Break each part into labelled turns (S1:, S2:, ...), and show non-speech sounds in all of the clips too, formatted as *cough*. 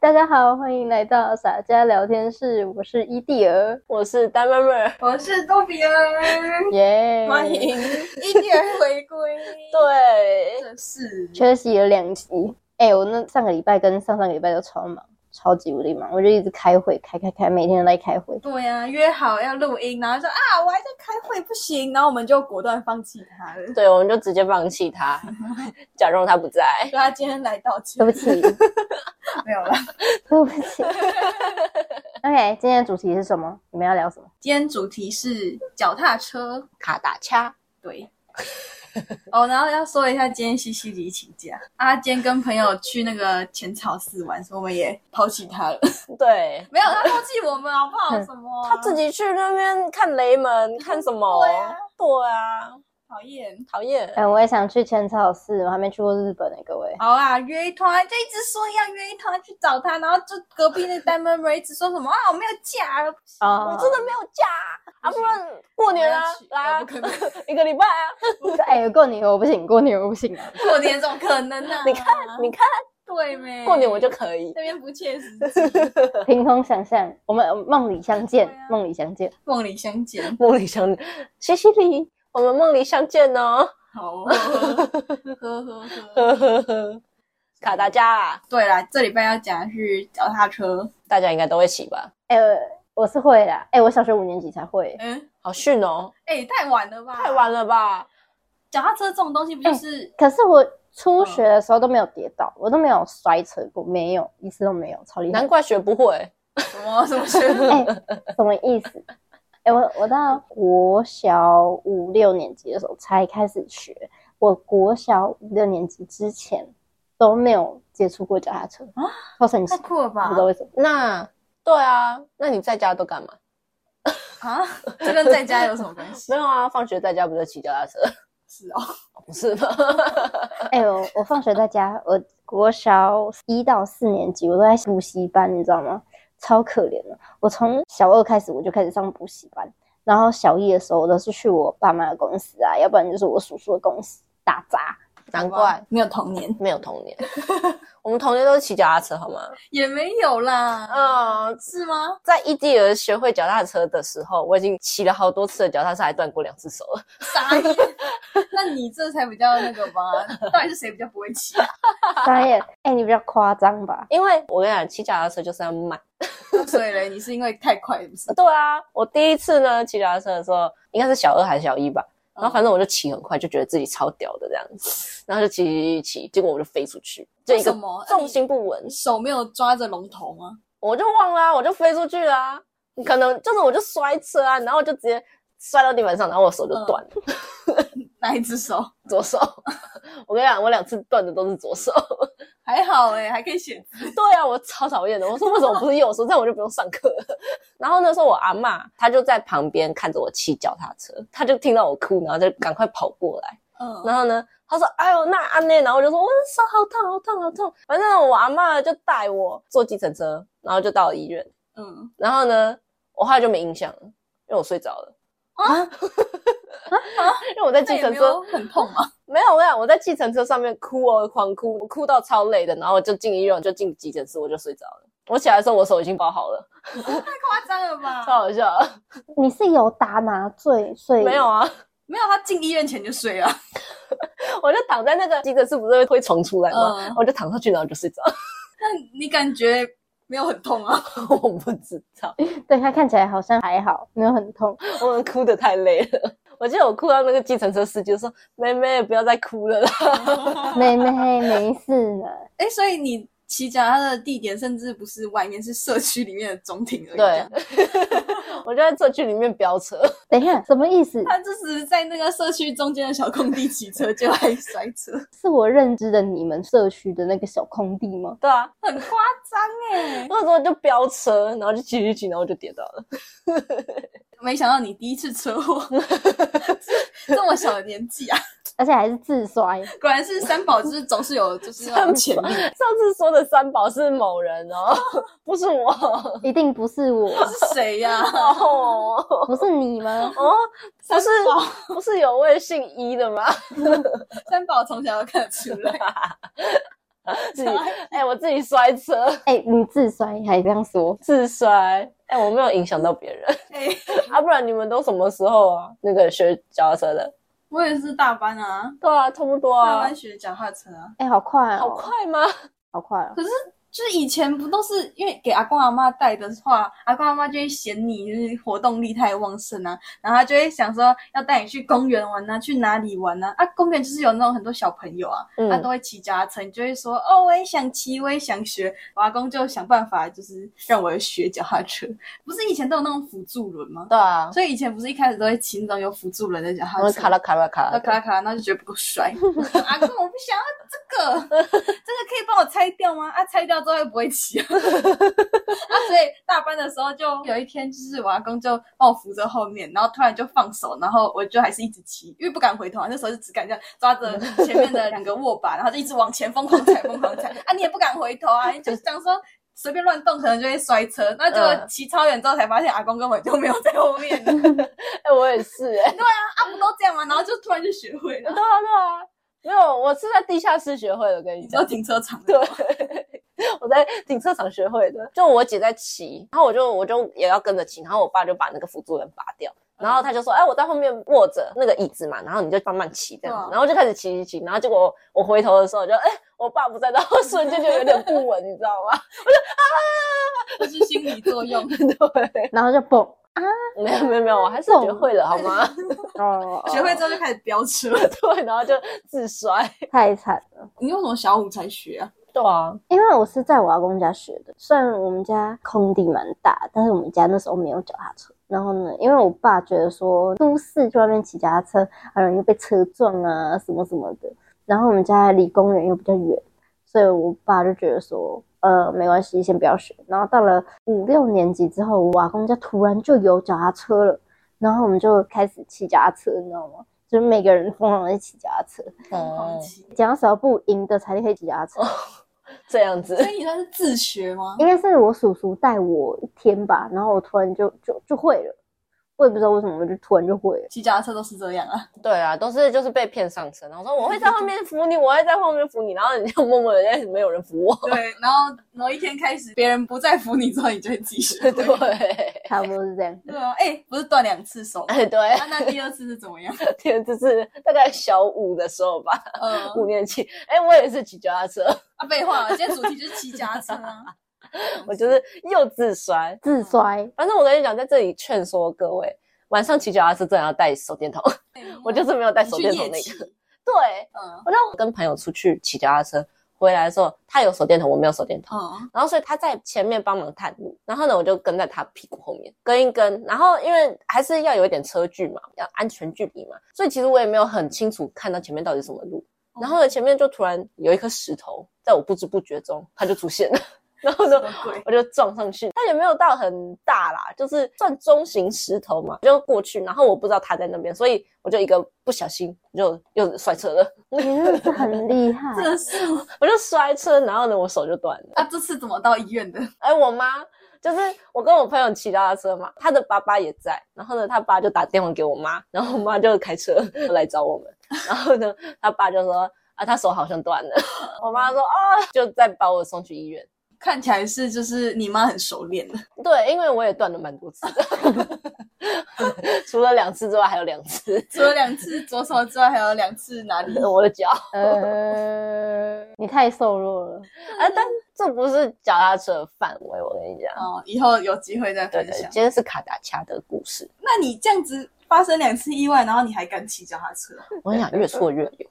S1: 大家好，欢迎来到洒家聊天室，我是伊蒂儿，
S2: 我是丹妹嗯妹，
S3: 我是杜比儿，
S1: 耶、
S2: 欢迎。
S3: 一点回归。
S2: *laughs* 对，
S3: 真是
S1: 缺席了两集。哎、我那上个礼拜跟上上个礼拜都超忙，超级无敌忙，我就一直开会，开开开，每天都在开会。
S3: 对呀、约好要录音，然后说啊，我还在开会，不行，哦然后我们就果断放弃他了。
S2: 对，我们就直接放弃他，
S3: *laughs*
S2: 假装他不在。
S3: 所以他今天来道歉
S1: 对，不起，
S3: *laughs* 没有了。
S1: 对不起。OK，今天的主题是什么？你们要聊什么？
S3: 今天主题是脚踏车，
S2: 卡打掐，
S3: 对。哦，然后要说一下，今天西西里请假，啊，今天跟朋友去那个浅草寺玩，所以我们也抛弃他了。 *laughs*
S2: 对
S3: 没有，他抛弃我们好不好？什么
S2: 嗯
S3: 啊、
S2: 他自己去那边看雷门，看什么？
S3: 嗯对啊
S2: 对啊，
S3: 讨厌。
S2: 讨厌。
S1: 哎、我也想去浅草寺，我还没去过日本呢、各位。
S3: 好啊，约一团，就一直说要约一团去找他，然后就隔壁那单妹妹一直说什么啊，我没有假了，
S1: 啊
S2: 我真的没有假啊，啊不然过年啊
S3: 我要去，
S2: 来啊
S3: 哦不，可能，
S2: 一个礼拜啊，
S1: 哎、过年我不行，过年我不行啊。
S3: 过年怎么可能呢、
S2: *laughs* 你看，你看
S3: 对没？
S2: 过年我就可
S3: *laughs*
S2: 以。
S3: 那边不切实际，
S1: 凭空想象，我们呃梦里相见
S3: 对啊，
S1: 梦、里相见。
S3: 梦里相见，
S2: 梦里相，西西里，我们梦里相见哦。
S3: 好、 *laughs* 哦，呵呵呵。
S2: 呵呵呵， *laughs* 卡大家啦，
S3: 对啦，这礼拜要讲的是脚踏车，
S2: 大家应该都会骑吧？
S1: 哎、我是会啦。哎、我小学五年级才会。
S3: 嗯，
S2: 好逊哦，
S3: 哎、太晚了吧？
S2: 太晚了吧？
S3: 脚踏车这种东西不就是、
S1: 可是我初学的时候都没有跌倒，我都没有摔车过，没有一次都没有，超厉害
S2: 难。怪学不会。
S3: 什么什么学问？
S1: 哎、什么意思？哎、我我到国小五六年级的时候才开始学，我国小五六年级之前都没有接触过脚踏车
S3: 啊，
S1: 超神奇
S3: 太，酷了吧
S1: 不知？道为什么。
S2: *laughs* 那对啊，那你在家都干嘛？
S3: *laughs* 啊，这跟在家有什么关系
S2: 没？有啊，放学在家不就骑脚 *laughs* 踏车？
S3: *laughs* 是哦，
S2: 不是吗？
S1: 哎、我我放学在家，我国小一到四年级我都在补习班，你知道吗？超可怜的。我从小二开始我就开始上补习班，然后小一的时候我都是去我爸妈的公司啊，要不然就是我叔叔的公司打杂。
S2: 难怪
S3: 没有童年，
S2: 没有童年， *laughs* 我们童年都是骑脚踏车，好吗？
S3: 也没有啦。
S2: 嗯，
S3: 呃是吗？
S2: 在异地儿学会脚踏车的时候，我已经骑了好多次的脚踏车，还断过两只手了。
S3: 傻 *laughs* 眼，那你这才比较那个吧？到底是谁比较不会骑？啊
S1: 三
S2: *laughs*
S1: 眼，哎、你比较夸张吧？
S2: 因为我跟你讲，骑脚踏车就是要慢。
S3: *laughs* 所以嘞，你是因为太快，不是？
S2: 对啊，我第一次呢骑脚踏车的时候，应该是小二还是小一吧。然后反正我就骑很快，就觉得自己超屌的这样子，然后就骑骑骑，结果我就飞出去，就一个
S3: 为什么
S2: 重心不稳
S3: 你，手没有抓着龙头吗？
S2: 我就忘啦、我就飞出去啦、可能就是我就摔车啊，然后我就直接摔到地板上，然后我手就断了，
S3: 哪一只手？
S2: 左手。 *laughs* 我跟你讲，我两次断的都是左手。 *laughs*
S3: 还好哎、还可以写字。
S2: 对啊，我超讨厌的。我说为什么不是右手？这样我就不用上课了。 *laughs* 然后那时候我阿嬷她就在旁边看着我骑脚踏车，她就听到我哭，然后就赶快跑过来。
S3: 嗯，
S2: 然后呢，他说：“哎呦，那安内。”然后我就说：“我的手好痛，好痛，好痛。”反正我阿妈就带我坐计程车，然后就到了医院。
S3: 嗯，
S2: 然后呢，我后来就没印象了，因为我睡着了。
S3: 啊
S2: *laughs* 因为我在
S3: 那
S2: 计
S3: 也
S2: 程
S3: 没
S2: 车
S3: 有很痛吗？
S2: 没有没有，我在计程车上面哭哦，狂哭，我哭到超累的，然后我就进医院，我就进急诊室，我就睡着了。我起来的时候，我手已经包好了，
S3: 太 *laughs* 夸张了
S2: 超
S3: 吧？
S2: 好笑。
S1: 你是有打麻醉，所
S3: 嗯
S1: 以
S2: 没有啊，
S3: 没有，他进医院前就睡了。
S2: 我就躺在那个急诊室，不是会推床出来吗？
S3: 嗯
S2: 我就躺上去，然后就睡着。
S3: *laughs* 那你感觉没有很痛啊？
S2: *laughs* 我不知道，
S1: 对他看起来好像还好，没有很
S2: *laughs*
S1: 痛。
S2: 我们哭得太累了。 *laughs* 我记得我哭到那个计程车司机就说：“妹妹，不要再哭了啦。
S1: 妹妹没事呢，
S3: 哎、所以你骑脚踏车的地点甚至不是外面，是社区里面的中庭而已。啊
S2: 对， *laughs* 我就在社区里面飙车，
S1: 等一下什么意思？
S3: 他就只是在那个社区中间的小空地骑车，就还摔 *laughs* 车，
S1: 是我认知的你们社区的那个小空地吗？
S2: 对啊，
S3: 很夸张哎！
S2: 那时候就飙车，然后就骑骑骑，然后就跌倒了。
S3: 没想到你第一次车 *laughs* 祸，这么小的年纪啊，
S1: 而且还是自摔。
S3: 果然是三宝，就是总是有就是那
S2: 上
S3: 种
S2: 啊前面上次说的三宝是某人哦， *laughs* 不是我
S1: 一定不是我，
S3: 是谁呀、
S1: *laughs*
S2: 哦
S1: 不是你吗？
S2: 哦，不是
S3: 三宝
S2: 不是有位姓一的吗？
S3: 三宝从小就看得出来，
S2: *laughs* 自己哎、我自己摔车，
S1: 哎、你自摔还这样说？
S2: 自摔哎、我没有影响到别 *laughs* 人
S3: 哎、
S2: 啊，不然你们都什么时候啊？那个学脚踏车的，
S3: 我也是大班啊，
S2: 对啊，差不多
S3: 大
S2: 啊
S3: 班，学脚踏车啊。
S1: 哎、好快哦！
S2: 好，快吗？
S1: 好快哦！
S3: 就是以前不都是因为给阿公阿妈带的话，阿公阿妈就会嫌你就是活动力太旺盛啊，然后他就会想说要带你去公园玩啊，去哪里玩啊？啊，公园就是有那种很多小朋友啊，
S2: 嗯
S3: 他都会骑脚踏车，你就会说哦，我也想骑，我也想学。我阿公就想办法就是让我学脚踏车，不是以前都有那种辅助轮吗？
S2: 对啊，
S3: 所以以前不是一开始都会骑那种有辅助轮的脚踏
S2: 我们哦
S3: 车
S2: 卡拉卡拉卡
S3: 啊，
S2: 拉
S3: 卡
S2: 的，
S3: 拉卡拉，那就觉得不够帅。 *laughs* 阿公，我不想要这个，这个可以帮我拆掉吗？啊，拆掉之后又不会骑。啊， *laughs* 所以大班的时候就有一天，就是我阿公就帮我扶着后面，然后突然就放手，然后我就还是一直骑，因为不敢回头啊，那时候就只敢这样抓着前面的两个握把，然后就一直往前疯狂踩，疯狂踩。啊，你也不敢回头啊，你就想说。随便乱动，可能就会摔车。那就
S2: 嗯
S3: 骑超远之后，才发现阿公根本就没有在后面。啊，
S2: 哎、我也是哎、
S3: 不都这样吗？然后就突然就学会
S2: 对。
S3: 了
S2: 啊对啊， *laughs* 没有，我是在地下室学会的，跟你
S3: 你
S2: 讲
S3: 说。停车场
S2: *laughs* 对
S3: 的，
S2: 我在停车场学会的，就我姐在骑，然后我就我就也要跟着骑，然后我爸就把那个辅助轮拔掉，然后他就说，哎，我在后面握着那个椅子嘛，然后你就慢慢骑这样
S3: 对啊
S2: 子，然后就开始骑骑骑，然后结果我我回头的时候就，哎，我爸不在，然后瞬间就有点不稳，你知道吗？
S3: 这是心理作用。
S2: *laughs* 对，
S1: 然后就蹦
S2: 没有没有没有，我还是学会了好吗？
S1: 哦，
S3: *laughs* 学会之后就开始飙车。
S2: *laughs* 对，然后就自摔。
S1: 太惨了。
S3: 你为什么小五才学啊？
S2: 对啊，
S1: 因为我是在我阿公家学的，虽然我们家空地蛮大，但是我们家那时候没有脚踏车。然后呢，因为我爸觉得说都市去外面骑脚踏车很容易被车撞啊，什么什么的。然后我们家离公园又比较远，所以我爸就觉得说，呃，没关系，先不要学。然后到了五六年级之后，我阿公家突然就有脚踏车了，然后我们就开始骑脚踏车，你知道吗？就是每个人疯狂的骑脚踏车，
S3: 狂
S2: 嗯，
S3: 骑。
S1: 讲少不赢的才可以骑脚踏车。
S2: 这样子
S3: 所以你算是自学吗？
S1: 应该是我叔叔带我一天吧，然后我突然就就就会了，我也不知道为什么，我就突然就会了。
S3: 骑脚踏车都是这样啊，
S2: 对啊，都是就是被骗上车，然后说我会在后面扶你，我会在后面扶你，然后你就默默的，哎，没有人扶我。
S3: 对， *laughs* 然后某一天开始，别人不再扶你之后，你就会自己学
S2: *laughs*
S3: 会。。
S2: 对， *laughs*
S1: 差不多是这样
S3: 对啊，哎、不是断两次手吗？
S2: 哎对，
S3: 那那第二次是怎么 *laughs* 样？
S2: 天就是大概小五的时候吧，
S3: 呃，
S2: 五年级。哎、我也是骑脚踏车，
S3: 啊，废话，今天主题就是骑脚踏车 *laughs* 啊。
S2: 我就是又自摔。
S3: 哦
S1: 自摔，
S2: 反正我跟你讲，在这里劝说各位，晚上骑脚踏车真的要带手电筒，我就是没有带手
S3: 哎你
S2: 电
S3: 去
S2: 筒
S3: 夜
S2: 那
S3: 骑，
S2: 个。对，
S3: 嗯 *laughs*
S2: 我让我跟朋友出去骑脚踏车，回来的时候他有手电筒，我没有手电筒。
S3: 嗯，
S2: 然后所以他在前面帮忙探路，然后呢，我就跟在他屁股后面跟一跟，然后因为还是要有一点车距嘛，要安全距离嘛，所以其实我也没有很清楚看到前面到底什么路。然后呢，前面就突然有一颗石头，在我不知不觉中，它就出现了。 *laughs* 然后呢
S3: 什，么鬼？
S2: 我就撞上去，但也没有到很大啦，就是算中型石头嘛，就过去。然后我不知道他在那边，所以我就一个不小心就又摔车了， *laughs*
S1: 你真的是很厉害。
S3: 这是
S2: 我就摔车，然后呢，我手就断了。
S3: 啊，这次怎么到医院的？
S2: 哎，我妈就是我跟我朋友骑脚踏车嘛，她的爸爸也在，然后呢，她爸就打电话给我妈，然后我妈就开车 *laughs* 来找我们，然后呢，她爸就说啊，她手好像断了， *laughs* 我妈说啊，就再把我送去医院。
S3: 看起来是就是你妈很熟练的，
S2: 对，因为我也断了蛮多次的， *laughs* 除了两次之外还有两次，
S3: 除了两次左手之外，还有两次哪里？
S2: 我的脚
S1: 呃，你太瘦弱了。
S2: 啊，但这不是脚踏车的范围，我跟你讲。
S3: 哦，以后有机会再
S2: 对
S3: 分
S2: 对，
S3: 享。
S2: 今天是卡达恰的故事。
S3: 那你这样子发生两次意外，然后你还敢骑脚踏车？
S2: 我跟你讲，越挫越勇，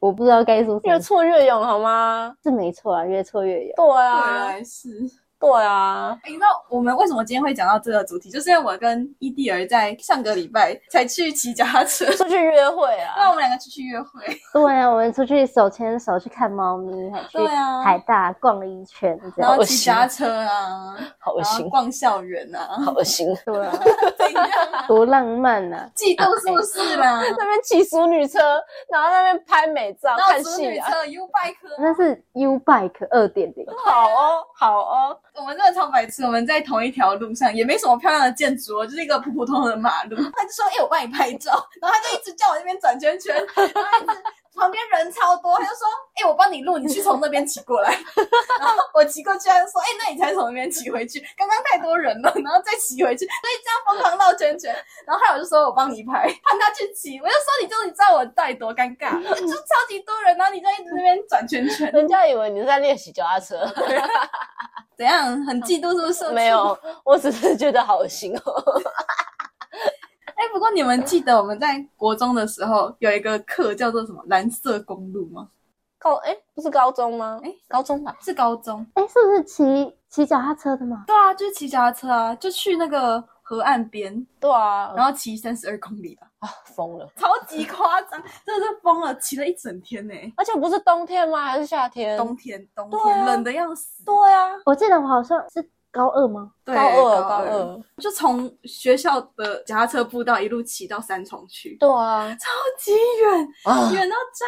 S1: 我不知道该说什
S2: 越
S1: 么，
S2: 挫越勇，好吗？
S1: 是没错啊，越挫越勇。
S2: 对
S3: 对
S2: 啊，
S3: 啊，是
S2: 对对啊，
S3: 哎你知道我们为什么今天会讲到这个主题，就是因为我跟伊蒂儿在上个礼拜才去骑脚踏 *laughs* 车，
S2: 出去约会
S3: 那
S2: 啊
S3: 我，们两个出去约会，
S1: 对啊，我们出去手牵手去看猫咪，还去
S3: 对啊
S1: 海大逛了一圈，这
S3: 然
S1: 样
S3: 后
S2: 恶
S3: 骑
S2: 心
S3: 脚踏车啊，
S2: 好恶
S3: 然后
S2: 心，
S3: 逛校园啊，
S2: 好恶心，
S1: 对啊，
S3: 怎样？
S1: 多浪漫呐、啊！
S3: 嫉妒是不是 *laughs* 啦？
S2: 那边骑淑女车，然后那边拍美照
S3: 然后
S2: 看
S3: 主
S2: 戏
S3: 女
S2: 啊，
S3: 车 U bike，
S1: 那是 U Bike 二点零，
S2: 好哦，好哦，
S3: 我们真的超白痴，我们在同一条路上，也没什么漂亮的建筑哦，就是一个普普通通的
S2: *laughs*
S3: 马路。他就说：“哎、我帮你拍照。”然后他就一直叫我那边转
S2: *laughs*
S3: 圈圈，然后一直旁边人超多，他就说：“哎、我帮你录，你去从那边骑过来。” *laughs* 然后我骑过去，他就说：“哎、那你才从那边骑回去， *laughs* 刚刚太多人了，然后再骑回去，所以这样疯狂绕圈圈。”然后还有就说：“我帮你拍， *laughs* 看他去骑。”我就说：“你就你知道我到底多尴尬，就超级多人，然后你就一直那边转圈圈。”
S2: 人家以为你是在练习脚踏车，
S3: 怎样？很嫉妒是不
S2: *laughs* *laughs*
S3: 是？
S2: 没。有，我只是觉得好恶心哦。
S3: 哎、不过你们记得我们在国中的时候有一个课叫做什么“蓝色公路”吗？
S2: 高哎，不是高中吗？哎
S3: 哎，
S2: 高中吧，
S3: 是高中。
S1: 哎，是不是骑骑脚踏车的吗？
S3: 对啊，就是骑脚踏车啊，就去那个河岸边，
S2: 对啊，
S3: 然后骑三十二公里吧，
S2: 啊疯了，
S3: 超级夸张，真的是疯了，骑了一整天呢、
S2: 而且不是冬天吗？还是夏天？
S3: 冬天，冬
S2: 对
S3: 天、
S2: 啊
S3: 冷的要死。
S2: 对啊，
S1: 我记得我好像是高二吗？
S3: 对
S2: 高二
S3: 高
S2: 高二，
S3: 就从学校的脚踏车步道一路骑到三重去，
S2: 对啊
S3: 超级远，
S2: 啊！
S3: 远到炸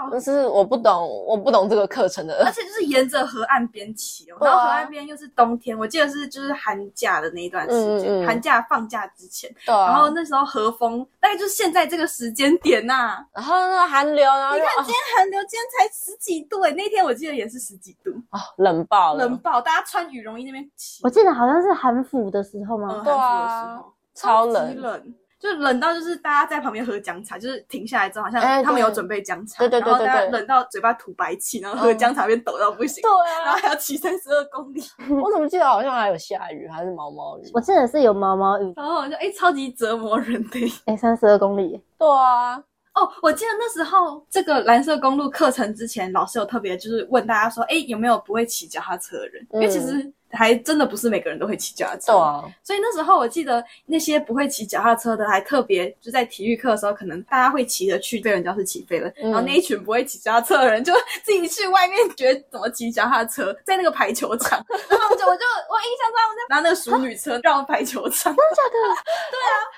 S3: 掉。
S2: 但是我不懂，我不懂这个课程
S3: 而
S2: 的，
S3: 且就是沿着河岸边骑哦，
S2: 对啊
S3: 然后河岸边又是冬天，我记得是就是寒假的那一段时间，
S2: 嗯嗯嗯
S3: 寒假放假之前，
S2: 对啊。
S3: 然后那时候和风大概就是现在这个时间点呐、
S2: 然后那个寒流，然后
S3: 你
S2: 就
S3: 看
S2: 啊
S3: 今天寒流，今天才十几度哎、那天我记得也是十几度，
S2: 啊冷爆了，
S3: 冷哦爆，大家穿羽绒衣那边骑，
S1: 我记得好像是寒服的时候
S3: 嗯
S1: 吗？
S2: 对
S3: 寒
S2: 啊
S3: 服的时候
S2: 超
S3: 级
S2: 冷，
S3: 冷。就冷到就是大家在旁边喝姜茶，就是停下来之后，好像
S2: 哎
S3: 他们
S2: 对
S3: 有准备姜茶，
S2: 对对对
S3: 然后大
S2: 对对
S3: 家冷到嘴巴吐白气，然后喝
S2: 嗯
S3: 姜茶被抖到不行，
S2: 对啊
S3: 然后，还要骑三十二公里，
S2: 我怎么记得好像还有下雨，还是毛毛雨？
S1: 我记得是有毛毛雨，
S3: 然后我就哎、超级折磨人的。
S1: 哎，三十二公里，
S2: 对啊，
S3: 哦，我记得那时候这个蓝色公路课程之前，老师有特别就是问大家说，哎、有没有不会骑脚踏车的人？因为其实还真的不是每个人都会骑脚踏车。
S2: 嗯对。啊，
S3: 所以那时候我记得那些不会骑脚踏车的，还特别就在体育课的时候，可能大家会骑着去飞人教室骑飞了，
S2: 嗯
S3: 然后那一群不会骑脚踏车的人就自己去外面学怎么骑脚踏车，在那个排球
S2: *laughs*
S3: 场，然后我就我就我印象中他们在拿那个淑女车绕排球场，
S1: 真的假的？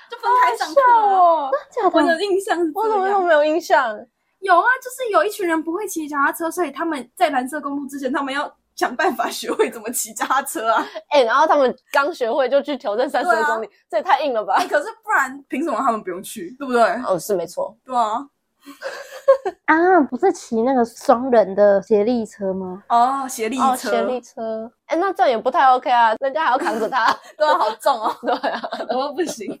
S3: 就分开上课
S2: 笑
S3: 啊、
S2: 哦，
S1: 假
S3: *laughs* 我
S1: 的？
S3: 的印象是
S2: 我怎么都
S3: 这样。
S2: 没有印象？
S3: 有啊，就是有一群人不会骑脚踏车，所以他们在蓝色公路之前，他们要想办法学会怎么骑脚踏车
S2: *laughs*
S3: 啊。
S2: *laughs* 哎、然后他们刚学会就去挑战三十
S3: 对
S2: 二
S3: 啊
S2: 公里，这也太硬了吧
S3: 哎、？可是不然凭什么他们不用去，对不对？
S2: *laughs* 哦，是没错，
S3: 对啊。
S1: 啊，不是骑那个双人的协力车吗？
S3: 哦，协力
S2: 哦，
S3: 车，
S2: 斜力车，哎、那这样也不太 OK 啊，人家还要扛着它，
S3: 对啊，好重哦，
S2: *laughs* 对啊。
S3: 我
S2: *laughs*
S3: 不行。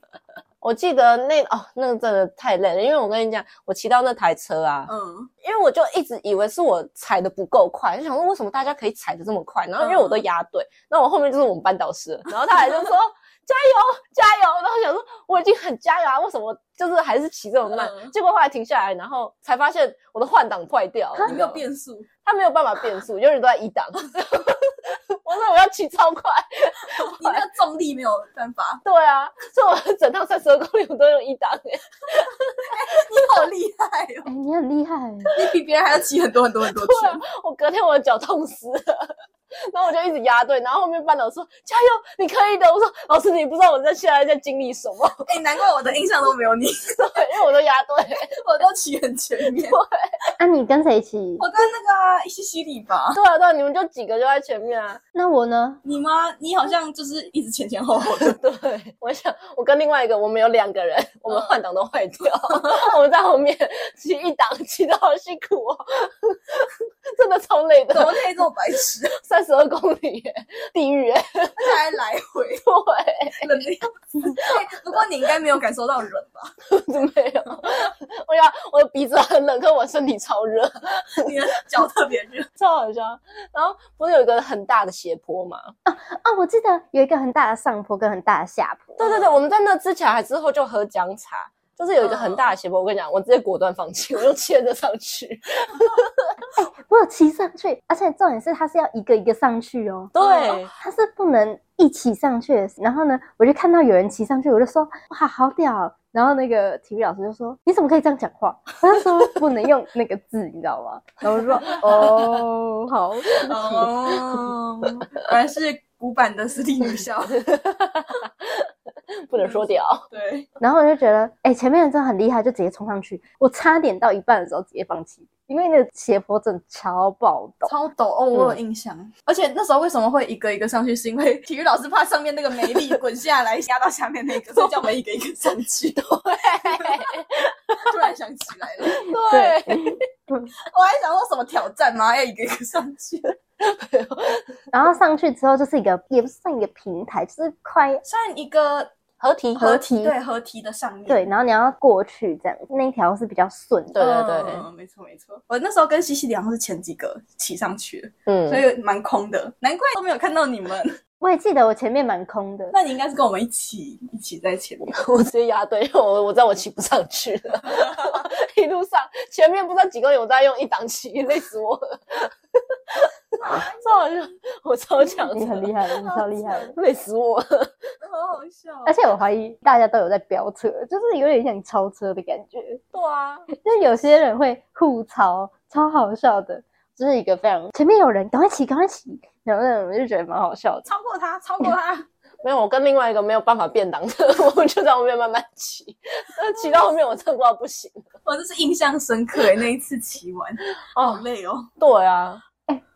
S2: 我记得那哦，那个真的太累了，因为我跟你讲，我骑到那台车啊，
S3: 嗯，
S2: 因为我就一直以为是我踩的不够快，就想说为什么大家可以踩的这么快，然后因为我
S3: 嗯
S2: 都压对，那我后面就是我们班导师了，然后他还就
S3: *laughs*
S2: 说加油加油，然后想说我已经很加油啊，为什么就是还是骑这么慢？
S3: 嗯
S2: 结果后来停下来，然后才发现我的换挡坏掉了，
S3: 嗯你没有变
S2: *laughs*
S3: 速，
S2: 他没有办法变速，永远都在一档。 *laughs* 我说我要骑超快，
S3: 你那个重力没有办法，
S2: 对啊，所以我整趟三十二公里我都用一档、欸，
S3: 你 *laughs* 好厉害哦，
S1: 哎，你很厉害欸，
S3: 你比别人还要骑很多很多很多
S2: 对啊
S3: 圈。，
S2: 我隔天我的脚痛死了。然后我就一直压队，然后后面班导说加油，你可以的。我说老师，你不知道我在现在在经历什么， *laughs*
S3: 哎、难怪我的印象都没有你，
S2: 对，因为我都压队。
S3: 我都骑很前面。
S1: 啊，你跟谁骑？
S3: 我跟那个啊西西里吧，
S2: 对啊，对啊，你们就几个就在前面啊。
S1: 那我呢？
S3: 你吗？你好像就是一直前前
S2: *laughs*
S3: 后后的。
S2: 对，我想我跟另外一个，我们有两个人，我们换挡都坏掉， *laughs* 我们在后面骑一档，骑的好辛苦哦， *laughs* 真的超累
S3: 怎
S2: 的，
S3: 么可以这么白痴？
S2: 三十二公里耶，地狱耶，
S3: 而且还来回 *laughs*
S2: 对， *laughs*
S3: 冷 *laughs* 的样子。哎不过你应该没有感受到冷吧？
S2: 真的没有。 *laughs* 我想我的鼻子很冷，可我身体超热。
S3: 你的脚特别热。
S2: 超好笑。然后不是有一个很大的斜坡嘛？
S1: 啊，我记得有一个很大的上坡跟很大的下坡。
S2: 对对对，我们在那之前还之后就喝姜茶，就是有一个很大的
S1: 嗯
S2: 斜坡，我跟你讲，我直接果断放弃，我就牵着上
S1: *laughs*
S2: 去。
S1: 我有骑上去，而且重点是它是要一个一个上去哦，
S2: 对，
S1: 它是不能一起上去的。然后呢，我就看到有人骑上去，我就说哇，好屌哦！然后那个体育老师就说你怎么可以这样讲话？他就说不能用那个字，你知道吗？ *laughs* 然后我就说哦，好，对不起
S3: 哦，果然是古板的私立女校。
S2: 不能说屌。
S3: 对，
S1: 然后我就觉得，哎、前面人真的很厉害，就直接冲上去。我差点到一半的时候直接放弃，因为那个斜坡真的超爆陡。
S3: 超陡哦，我有印象。而且那时候为什么会一个一个上去，是因为体育老师怕上面那个没力滚下来压到下面那个，所以叫我们一个一个上去。对，突然想起来了，
S1: 嗯
S2: 对，
S3: 我还想说什么挑战吗？要一个一个上去，
S1: 然后上去之后就是一个，也不算一个平台，就是快
S3: *laughs* 算一个
S2: 合体
S1: 合体
S3: 对合体的上面。
S1: 对，然后你要过去这样，那一条是比较顺的。
S2: 对对对
S3: 嗯，没错没错。我那时候跟西西里好像是前几个骑上去的，所
S2: 嗯，
S3: 以蛮空的，难怪都没有看到你们。 *laughs*
S1: 我也记得我前面蛮空的，
S3: 那你应该是跟我们一起一起在
S2: *laughs*
S3: 前面。
S2: 我直接压对，我我知道我骑不上去
S1: *laughs*
S2: 了，一路上前面不知道几公里，我在用一档骑，累死我
S1: *laughs*
S2: 了。超好笑，我超强，
S1: *laughs* 你很厉害，你超厉害的。
S2: 害，累死我了。
S3: 好好笑
S2: 哦
S1: 而且我怀疑大家都有在飙车，就是有点像超车的感觉。
S2: 对啊，
S1: *laughs* 就是有些人会互嘲，超好笑的。就是一个非常前面有人，赶快骑，赶快骑，然后那种我就觉得蛮好笑的。
S3: *laughs* 超过他，超过他， *laughs*
S2: 没有，我跟另外一个没有办法变挡的， *laughs* 我就在后面慢慢骑，但骑到后面我真的不知道不行。
S3: 我真是印象深刻欸诶，那一次骑完，好
S2: 哦，
S3: 累哦。 *laughs*
S2: 对啊，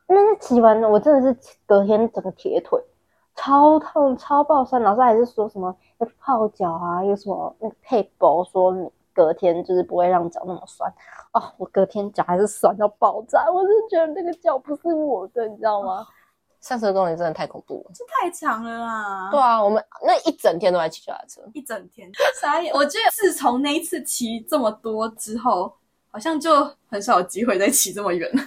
S1: 那是骑完了，我真的是隔天整个铁腿超痛、超爆酸。老师还是说什么要泡脚啊，有什么那个配薄，说你隔天就是不会让脚那么酸。哦，我隔天脚还是酸到爆炸，我是觉得那个脚不是我的，你知道吗？
S2: 三十公里真的太恐怖了。
S3: 太长了啦，
S2: 对，啊，我们那一整天都在骑脚踏车。
S3: 一整天，傻眼。我觉得自从那一次骑这么多之后，好像就很少有机会再骑这么远了。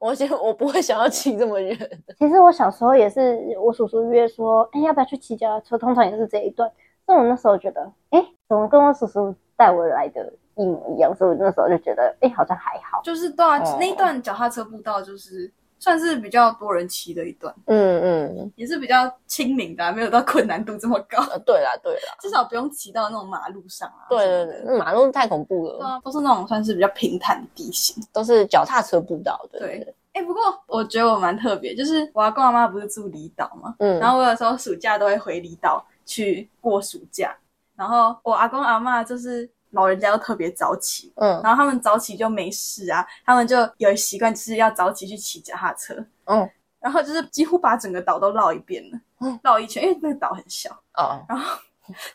S2: 我觉得我不会想要骑这么远，
S1: 其实我小时候也是，我叔叔约说，哎、要不要去骑脚踏车？通常也是这一段。但我那时候觉得，哎、怎么跟我叔叔带我来的一模一样？所以我那时候就觉得，哎、好像还好。
S3: 就是对啊，
S2: 哦
S3: 那一段脚踏车步道就是算是比较多人骑的一段，
S2: 嗯嗯，
S3: 也是比较亲民的啊、没有到困难度这么 *laughs* 高，
S2: 呃，对啦对啦，
S3: 至少不用骑到那种马路上啊。
S2: 对
S3: 什
S2: 对
S3: 么
S2: 对，
S3: 的
S2: 那马路太恐怖
S3: 对
S2: 了，
S3: 啊，都是那种算是比较平坦的地形。
S2: 都是脚踏车步道，对
S3: 对
S2: 对对，
S3: 哎、不过我觉得我蛮特别，就是我阿公阿妈不是住离岛嘛，
S2: 嗯，
S3: 然后我有时候暑假都会回离岛去过暑假，然后我阿公阿妈就是老人家都特别早起，
S2: 嗯
S3: 然后他们早起就没事啊，他们就有习惯就是要早起去骑脚踏车，
S2: 嗯，
S3: 然后就是几乎把整个岛都绕一遍了
S2: 嗯，
S3: 绕一圈，因为那个岛很小。
S2: 哦，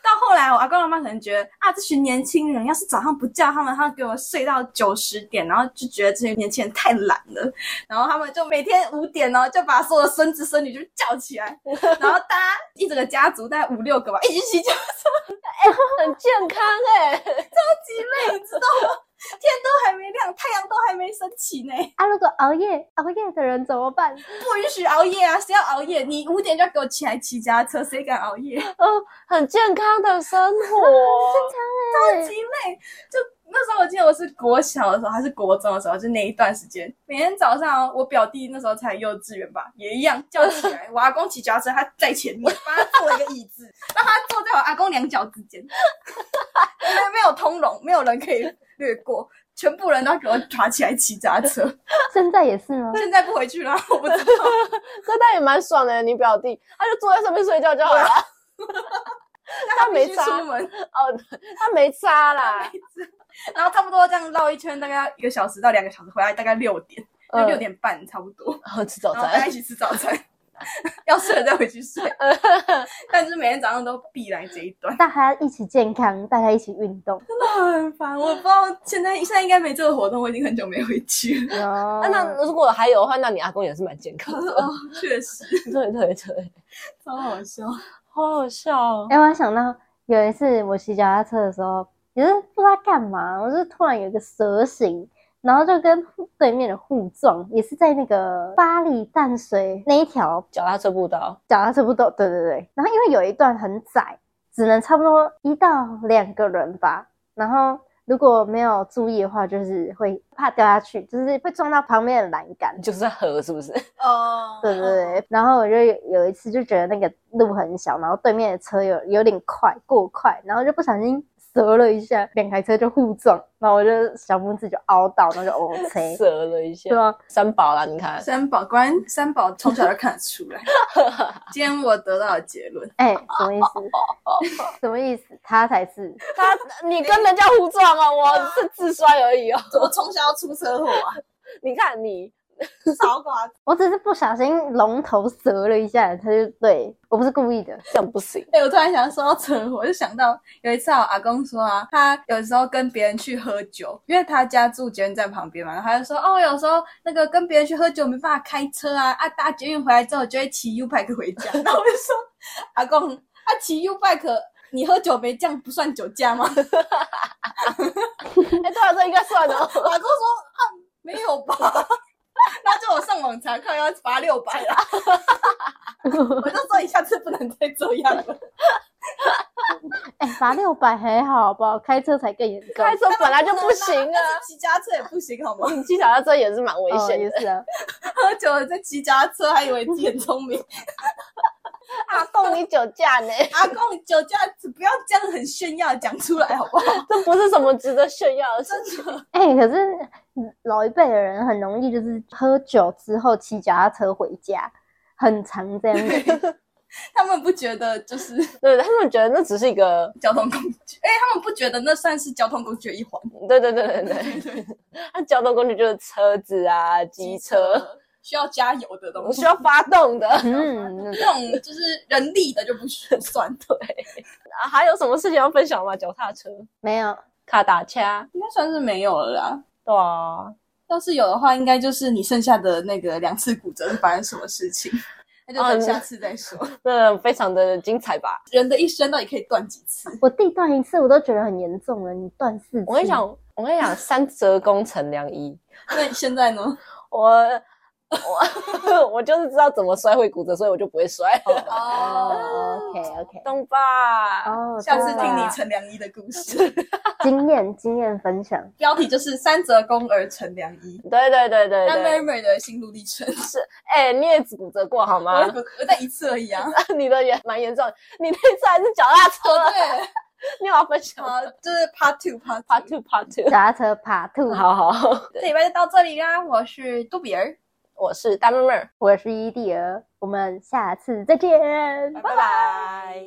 S3: 到后来，我阿公阿妈可能觉得啊，这群年轻人要是早上不叫他们，他们给我睡到九十点，然后就觉得这群年轻人太懒了， *laughs* 然后他们就每天五点呢、就把所有的孙子孙女就叫起来， *laughs* 然后大家一整个家族大概五六个吧，哎一起骑脚
S2: 很健康哎、
S3: 极累，你知道吗？天都还没亮，太阳都还没升起呢，
S1: 啊，如果熬夜熬夜的人怎么办？
S3: 不允许熬夜啊！谁要熬夜？你五点就要给我起来骑脚踏车，谁敢熬夜？
S2: 嗯，很健康的生活， *laughs*
S3: 超级累。就那时候我记得我是国小的时候还是国中的时候，就那一段时间，每天早上哦我表弟那时候才幼稚园吧，也一样叫起来，我阿公骑脚踏车，他在前面，帮他做了一个椅子，让他坐在我阿公两脚之间，没有通融，没有人可以略过。全部人都要给我爬起来骑脚踏车，
S1: 现在也是吗？
S3: 现在不回去了，我不
S2: *laughs*
S3: 知道。
S2: 那他也蛮爽的、你表弟他就坐在上面睡觉就好了，
S3: 他
S2: 没
S3: 必须
S2: 差
S3: 出门，
S2: 哦， *laughs* 他没差啦，嗯
S3: 然后差不多这样绕一圈，大概要一个小时到两个小时，回来大概六点，就
S2: 嗯
S3: 六点半差不多。
S2: 然后哦吃早
S3: 然后大家
S2: 餐
S3: 一，起吃早餐， *laughs* 要睡了再回去 *laughs* 睡。但是每天早上都必来这一段，
S1: 大家一起健康，大家一起运动。
S3: 很烦。啊我不知道现在现在应该没这个活动，我已经很久没回去了。
S1: 哦
S2: 啊， *laughs* 那如果还有的话，那你阿公也是蛮健康的， *laughs*
S3: 哦， *laughs* 确实
S2: 对对对，
S3: 超好笑。
S2: 好好笑、哦。
S1: 哎、我还想到有一次我骑脚踏车的时候，也是不知道干嘛，我就突然有一个蛇形，然后就跟对面的互撞，也是在那个巴黎淡水那一条
S2: 脚踏车步道，
S1: 脚踏车不都对对对，然后因为有一段很窄，只能差不多一到两个人吧，然后如果没有注意的话，就是会怕掉下去，就是会撞到旁边的栏杆。
S2: 就是在河是不是？
S3: 哦，
S1: 对对对，然后我就有有一次就觉得那个路很小，然后对面的车有有点快过快，然后就不小心折了一下，两台车就互撞，然后我就小拇指就凹到，然后
S2: *laughs*
S1: 就哦 OK，
S2: 折了一下
S1: 对，啊，
S2: 三宝啦，你看，
S3: 三宝，果然三宝从小就看得出 *laughs* 来。今天我得到的结论，
S1: 哎、什么意思？
S2: *laughs*
S1: 什么意思？他才是
S2: 他你跟人家互撞哦，我是自摔而已哦。 *laughs*
S3: 我从小要出车祸啊，
S2: 你看你，
S3: 少寡
S1: 我只是不小心龙头折了一下，他就对我不是故意的，
S2: 这样不 *laughs* 行，
S3: 哎、我突然想说到车祸，我就想到有一次啊我阿公说啊，他有时候跟别人去喝酒，因为他家住捷运站旁边嘛，然后他就说哦，有时候那个跟别人去喝酒没办法开车啊，啊搭捷运回来之后就会骑 U bike 回家， *laughs* 然后我就说阿公，啊骑 U bike 你喝酒没降不算酒驾吗？ *laughs* 阿
S2: 哎，对啊，这应该算 *laughs* 哦。
S3: 公说啊没有吧， *laughs* 那就我上网查看要罚六百啦， *laughs* 我就说你下次不能再这样了。
S1: 哎、罚六百还好好不好？开车才更严重，
S2: 开车 *laughs* 本来就不行
S3: *laughs*
S2: 啊，
S3: 但是骑家车也不行好吗？
S2: 你骑脚踏车也是蛮危
S1: 哦
S2: 险
S1: 也
S2: 的。
S1: 是啊，
S3: 喝酒了在骑家车，还以为自己很聪 *laughs* 明。
S2: 阿公，你酒驾 *laughs* 呢？
S3: 阿公，你酒驾不要这样很炫耀，讲出来好不好？
S2: 这不是什么值得炫耀的事情。
S1: 哎、可是老一辈的人很容易就是喝酒之后骑脚踏车回家，很常这样子。
S2: *laughs*
S3: 他们不觉得就是
S2: 对，他们觉得那只是一个，
S3: 交通工具，哎、他们不觉得那算是交通工具的一环。
S2: 对对对对对，
S3: 对，
S2: *laughs* 那交通工具就是车子啊、机车，
S3: 需要加油
S2: *laughs*
S3: 的
S2: 我
S3: 东西
S2: 需，要发动的。 *laughs* 啊
S1: 嗯，
S3: 那种就是人力的就不 *laughs* 算。
S2: 对，啊还有什么事情要分享吗？脚踏车、
S1: 没有，
S2: 卡打掐，
S3: 应该算是没有了啦。
S2: 对啊，
S3: 要是有的话，应该就是你剩下的那个两次骨折是发生什么事情，那就等下次再说。
S2: 那非常的精彩吧？
S3: 人的一生到底可以断几次？
S1: 我弟断一次我都觉得很严重了，你断四次，
S2: 我跟你讲，我跟你讲，三折工程良医，
S3: *laughs* 那你现在呢？
S2: 我我 *laughs* 我就是知道怎么摔会骨折，所以我就不会摔 *laughs* 了。
S1: 哦，OK OK，
S2: 懂吧？
S1: 哦，
S3: 下次
S1: 懂
S3: 听
S1: 了
S3: 你陈良一的故事，
S1: 经验经验分享，
S3: 标题就是“三折肱而陈良一
S2: 对对对”，对
S3: 那
S2: 对，
S3: Murmur 的心路历程。
S2: 哎、你也骨折过好吗
S3: 我？不我在一次而已啊。
S2: *laughs* 你的也蛮严重的，你那次还是脚踏车，
S3: 哦， *laughs* 对，
S2: 你有要分享吗
S3: 好，就是 Part Two Part
S2: ？Part two, part
S1: 脚
S2: two。
S1: 踏车爬兔，
S2: 好好， *laughs*
S3: 这礼拜就到这里啦。我是杜比儿，
S2: 我是大妹妹儿，
S1: 我是伊蒂儿，我们下次再见，
S3: 拜拜。